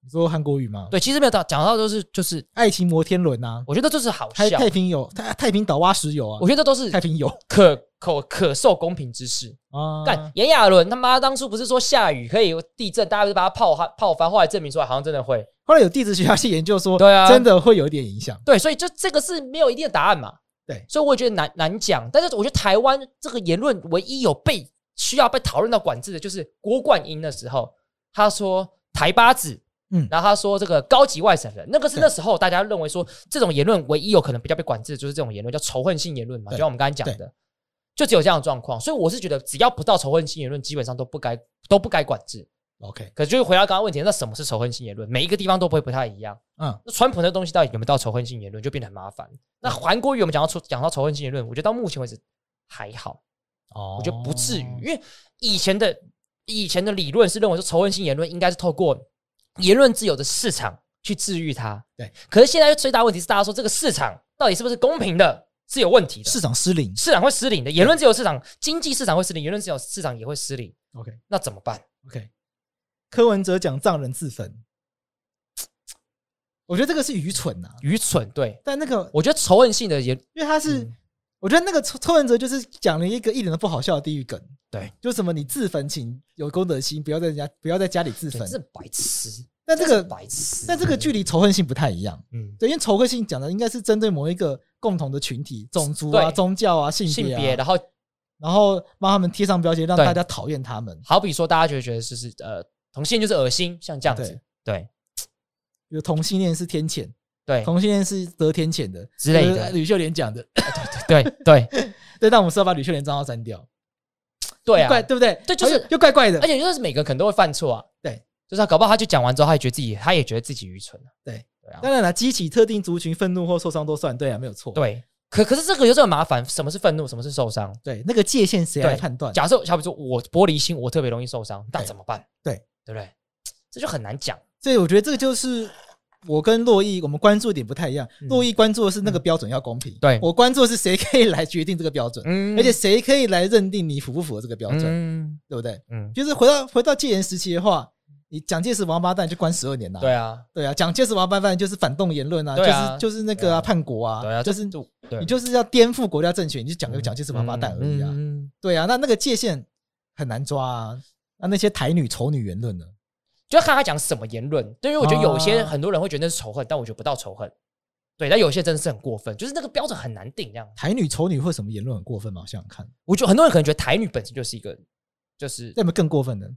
你说韩国瑜嘛，，对，其实没有到讲到就是就是，爱情摩天轮啊，我觉得这就是好太笑，太平有太太平岛挖石油啊，我觉得这都是太平有可可可受公平之事。啊，干炎亚纶他妈当初不是说下雨可以地震，大家不是把它泡哈泡翻，后来证明出来好像真的会，后来有地质学家去研究说，对啊真的会有一点影响。对，所以就这个是没有一定的答案嘛。对所以我也觉得难难讲。但是我觉得台湾这个言论唯一有被需要被讨论到管制的，就是郭冠英的时候，他说台巴子。嗯嗯，然后他说这个高级外省人，那个是对那时候大家认为说这种言论唯一有可能比较被管制，就是这种言论叫仇恨性言论嘛，就对像我们刚才讲的。就只有这样的状况。所以我是觉得，只要不到仇恨性言论，基本上都不该都不该管制。 OK，可是就是回到刚刚问题，那什么是仇恨性言论？每一个地方都不会不太一样。嗯，那川普那东西到底有没有到仇恨性言论，就变得很麻烦。那韩国语我们讲到仇讲到仇恨性言论，我觉得到目前为止还好，哦我觉得不至于，因为以前的以前的理论是认为说仇恨性言论应该是透过言论自由的市场去治愈它。对，可是现在最大问题是大家说这个市场到底是不是公平的，是有问题的。市场失灵。市场会失灵的，言论自由市场、经济市场会失灵，言论自由市场也会失灵， OK 那怎么办？ OK，柯文哲讲藏人自焚，我觉得这个是愚蠢呐、啊愚蠢，对但那个，我觉得仇恨性的言因为他是，嗯我觉得那个柯柯文哲就是讲了一个一点都不好笑的地狱梗，对，就什么你自焚，请有公德心，不要在人家不要在家里自真焚。是白痴。但这个真是白痴，但这个距离仇恨性不太一样，嗯，对，因为仇恨性讲的应该是针对某一个共同的群体，种族啊、对宗教啊、性性别、啊，别，然后然后帮他们贴上标签，让对大家讨厌他们，好比说，大家就会觉得就是呃，同性恋就是恶心，像这样子，对比如同性恋是天谴，对同性恋是得天谴的哎之类的就是哎吕秀莲讲的， 对对 对对，但我们是要把吕秀莲账号删掉，对怪啊！对不对？哎对就是哎又又怪怪的而，且就是每个人可能都会犯错啊，对，就是他搞不好他就讲完之后，他也觉得自己，他也觉得自己愚蠢啊对对啊，当然了，激起特定族群愤怒或受伤都算，对啊，没有错，对。可可是这个有这么麻烦，什么是愤怒，什么是受伤？对，那个界限谁来对判断？假设小比说我玻璃心，我特别容易受伤，那对怎么办？对对不对？这就很难讲。所以我觉得这个就是我跟洛毅我们关注的点不太一样。嗯洛毅关注的是那个标准要公平，对我关注的是谁可以来决定这个标准，嗯而且谁可以来认定你符不符合这个标准，嗯对不对？嗯，就是回到回到戒严时期的话，你蒋介石王八蛋就关十二年呐、对啊，对啊，蒋介石王八蛋就是反动言论啊，对啊就是就是那个、对啊、啊叛国啊，对啊，就是就对嗯你就是要颠覆国家政权，你就讲个蒋介石王八蛋而已啊。嗯嗯对啊，那那个界限很难抓啊。那那些台女丑女言论呢？就要看他讲什么言论。对，因为我觉得有些哦很多人会觉得那是仇恨，但我觉得不到仇恨。对，但有些真的是很过分，就是那个标准很难定。这样，台女丑女会什么言论很过分吗？我想想看，我觉得很多人可能觉得台女本身就是一个，就是那，有没有更过分的？啊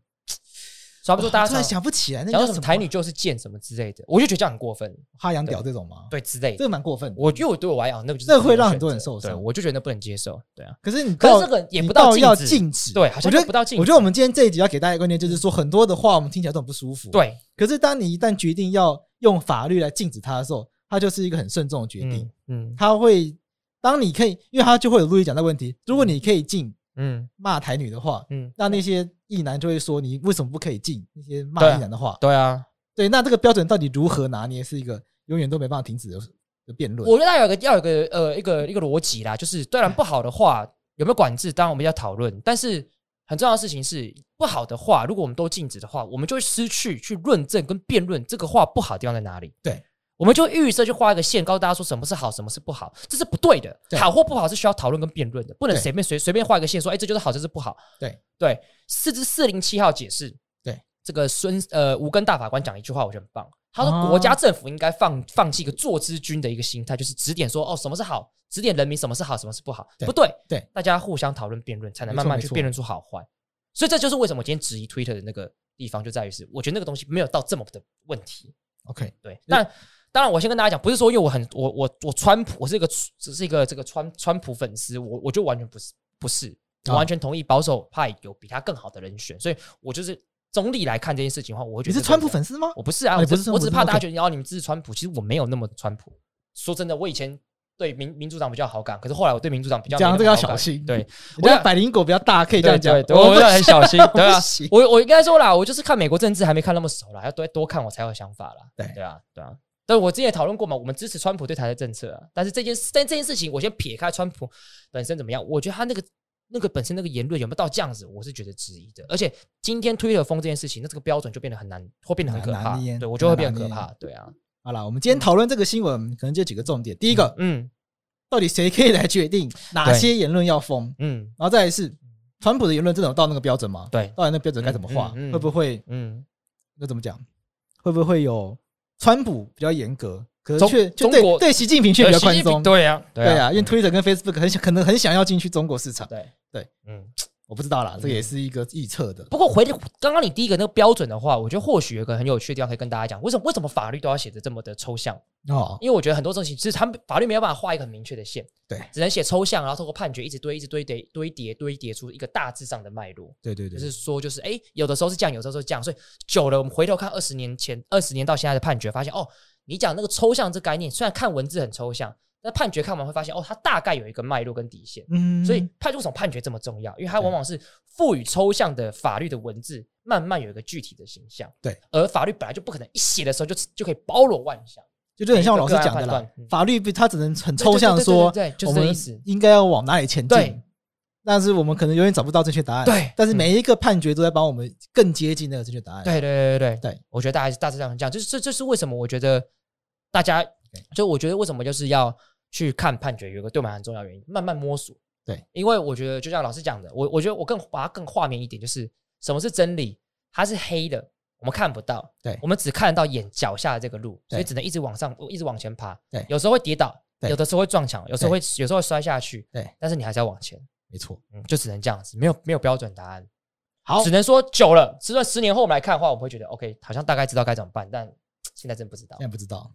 所以他们说大突家然常想不起来，那叫讲到什什么么台女就是贱什么之类的，我就觉得这样很过分，花洋屌这种吗？，对之类这的。个蛮过分的。我因为我对我来讲，那个就是这会让很多人受伤对我就觉得那不能接受。对啊，可是你可是到这个也你不到禁止要禁止，对好像我觉得不到禁止我觉得我们今天这一集要给大家一个观念，就是说很多的话我们听起来都很不舒服。，对，可是当你一旦决定要用法律来禁止它的时候，它就是一个很慎重的决定嗯。嗯它会，当你可以，因为它就会有路易讲的问题，如果你可以禁嗯骂台女的话，嗯，那那些异男就会说你为什么不可以禁那些骂对啊异男的话？对啊，对，那这个标准到底如何拿捏，是一个永远都没办法停止的的辩论。我觉得要有一个要有一个呃一个一个逻辑啦，就是当然不好的话有没有管制，当然我们要讨论，但是很重要的事情是不好的话，如果我们都禁止的话，我们就会失去去论证跟辩论这个话不好的地方在哪里。对。我们就预设去画一个线，告诉大家说什么是好，什么是不好，这是不对的。对好或不好是需要讨论跟辩论的，不能对随便随随便画一个线说，哎，这就是好，这是不好。对对，四至四零七号解释，对这个孙呃吴根大法官讲一句话，我觉得很棒。他哦说，国家政府应该放放弃一个做之君的一个心态，就是指点说哦什么是好，指点人民什么是好，什么是不好，对不对，对，大家互相讨论辩论，才能没错慢慢没去错辩论出好坏。所以这就是为什么我今天质疑 Twitter 的那个地方，就在于是我觉得那个东西没有到这么的问题。 OK，对，但当然，我先跟大家讲，不是说因为我很我我我川普，我是一个只是一个这个川川普粉丝，我我就完全不是不是，我啊完全同意保守派有比他更好的人选，所以我就是中立来看这件事情的话，我会觉你得是这个川普人粉丝吗？我不是啊啊，你我不只是是川我普只粉是丝怕大家 OK 觉得哦，你们支持川普，其实我没有那么川普。说真的，我以前对民民主党比较有好感，可是后来我对民主党比较没讲那么这个要好感小心对，我觉得我百灵果比较大，可以这样讲对。对对我不 要很小心我不对啊行我我应该说啦，我就是看美国政治还没看那么熟啦，要多多看我才有想法啦。对对啊，对啊。但我之前也讨论过嘛，我们支持川普对台的政策啊。但是这件事，但这件事情，我先撇开川普本身怎么样，我觉得他那个那个本身那个言论有没有到这样子，我是觉得质疑的。而且今天推特风这件事情，那这个标准就变得很难，会变得很可很难怕。拿捏对我觉得会变得很可难怕。对啊，好了，我们今天讨论这个新闻，可能就几个重点。第一个，嗯到底谁可以来决定哪些言论要封？嗯然后再来是，川普的言论真的有到那个标准吗？对到底那标准该怎么画？嗯嗯嗯会不会嗯，那怎么讲？会不会有川普比较严格，可是中却就中对国对习近平却比较宽习近松平？对啊，对啊，因为嗯 Twitter 跟 Facebook 很想可能很想要进去中国市场。对对，嗯，我我不知道啦，这也是一个臆测的。不过回刚刚你第一个那个标准的话，我觉得或许有一个很有趣的地方可以跟大家讲，为什么为什么法律都要写的这么的抽象？哦，因为我觉得很多东西其实他们法律没有办法画一个很明确的线，对只能写抽象，然后透过判决一直堆、一直堆叠、堆叠、堆叠出一个大致上的脉络。对对就对，是说，就是哎、诶有的时候是这样，有的时候是这样，所以久了，我们回头看二十年前、二十年到现在的判决，发现哦，你讲那个抽象这概念，虽然看文字很抽象，但判决看完会发现哦，它大概有一个脉络跟底线。嗯所以派出所判决这么重要，因为它往往是赋予抽象的法律的文字，慢慢有一个具体的形象。对，而法律本来就不可能一写的时候就就可以包罗万象。就就很像我老师讲的每一个个案啦判断嗯，法律它只能很抽象地说，对对对对对对就是我这个们意思应该要往哪里前进对，但是我们可能永远找不到正确答案。对嗯但是每一个判决都在帮我们更接近那个正确答案。对对对对对，我觉得大概是大致上是这样，就是这这是为什么我觉得大家，就我觉得为什么就是要去看判决，有一个对我们很重要的原因，慢慢摸索。对，因为我觉得就像老师讲的，我我觉得我更把它更画面一点，就是什么是真理，它是黑的，我们看不到，对我们只看得到眼脚下的这个路，对所以只能一直往上，一直往前爬，对有时候会跌倒，对有的时候会撞墙，有时候会有时候会摔下去，对，但是你还是要往前，没错。嗯，就只能这样子，没有没有标准答案。好只，能说久了，只算十年后我们来看的话，我们会觉得 OK，好像大概知道该怎么办，但嘖现在真不知道现在。不知道。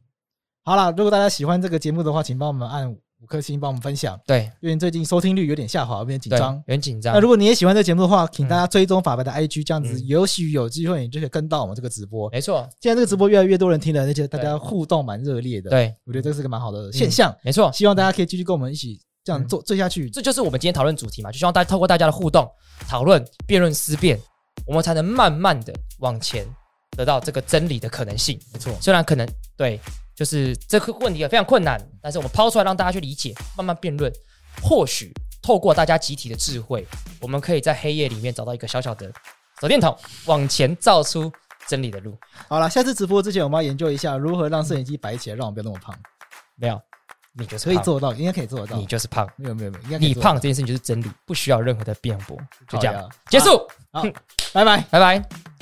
好了，如果大家喜欢这个节目的话，请帮我们按五颗星，帮我们分享，对，因为最近收听率有点下滑，有点紧对张有。点紧张。那如果你也喜欢这个节目的话，请嗯大家追踪法白的 IG，这样子嗯也许有机会你就可以跟到我们这个直播。没错，现在这个直播越来越多人听了，而且大家对互动蛮热烈的。，对，嗯我觉得这是个蛮好的现象。没错，希望大家可以继续跟我们一起这嗯样做做下去。这就是我们今天讨论主题嘛，就希望大家透过大家的互动、讨论、辩论、思辨，我们才能慢慢的往前得到这个真理的可能性。没错，虽然可能对，就是这个问题也非常困难，但是我们抛出来让大家去理解，慢慢辩论，或许透过大家集体的智慧，我们可以在黑夜里面找到一个小小的手电筒，往前照出真理的路。好了，下次直播之前我们要研究一下如何让摄影机摆起来，让我不要那么胖。没有，你就是可以胖，做到，应该可以做得到你。就是胖，没有没有没有，应该可以你做得胖这件事情就是真理，不需要任何的辩驳，就这好样呀结束，到，好，拜拜。拜拜。